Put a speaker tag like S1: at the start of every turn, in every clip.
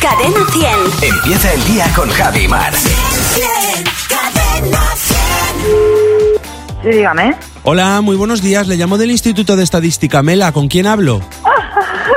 S1: Cadena 100.
S2: Empieza el día con Javi Mar.
S1: Cadena 100.
S3: Sí, dígame.
S4: Hola, muy buenos días. Le llamo del Instituto de Estadística Mela. ¿Con quién hablo?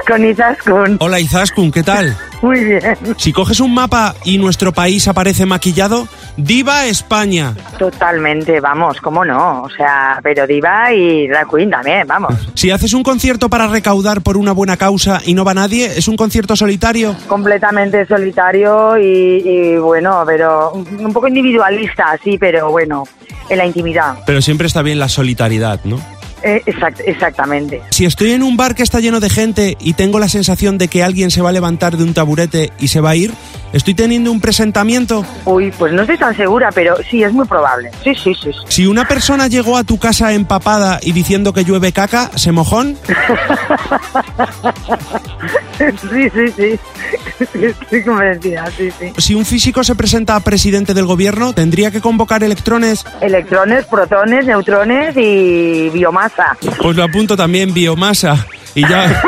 S3: Con Izaskun.
S4: Hola, Izaskun, ¿qué tal?
S3: Muy bien.
S4: Si coges un mapa y nuestro país aparece maquillado, ¡Diva España!
S3: Totalmente, vamos, cómo no. O sea, pero Diva y Drag Queen también, vamos.
S4: Si haces un concierto para recaudar por una buena causa y no va nadie, ¿es un concierto solitario?
S3: Completamente solitario y, y bueno, pero un un poco individualista, sí, pero bueno, en la intimidad.
S4: Pero siempre está bien la solitariedad, ¿no?
S3: Eh, exact- exactamente.
S4: Si estoy en un bar que está lleno de gente y tengo la sensación de que alguien se va a levantar de un taburete y se va a ir, ¿estoy teniendo un presentamiento?
S3: Uy, pues no estoy tan segura, pero sí, es muy probable. Sí, sí, sí. sí.
S4: Si una persona llegó a tu casa empapada y diciendo que llueve caca, ¿se mojón?
S3: Sí, sí, sí. Estoy convencida, sí, sí.
S4: Si un físico se presenta a presidente del gobierno, ¿tendría que convocar electrones?
S3: Electrones, protones, neutrones y biomasa.
S4: Pues lo apunto también, biomasa. Y ya.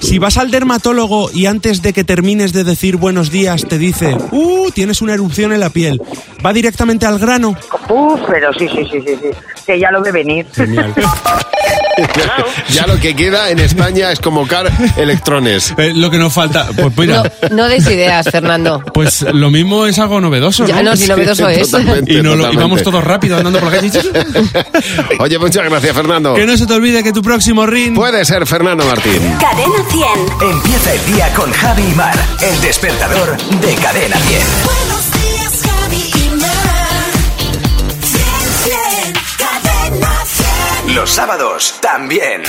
S4: Si vas al dermatólogo y antes de que termines de decir buenos días te dice, ¡uh! Tienes una erupción en la piel. Va directamente al grano.
S3: Uf, pero sí, sí, sí, sí, sí. Que ya lo ve venir.
S4: Genial.
S5: ya lo que queda en España es convocar electrones.
S4: Eh, lo que nos falta. Pues mira,
S6: No, no des ideas, Fernando.
S4: pues lo mismo es algo novedoso.
S6: Ya no, si novedoso es.
S5: totalmente,
S4: Y, no lo- y
S5: totalmente.
S4: vamos todos rápido andando por la calle.
S5: Oye, muchas gracias, Fernando.
S4: Que no se te olvide que tu próximo ring.
S5: Puede ser Fernando Martín.
S1: Cadena 100.
S2: Empieza el día con Javi Mar. El despertador de Cadena 10.
S1: Buenos días, Javi y Mar. 100, 100, Cadena 100.
S2: Los sábados también.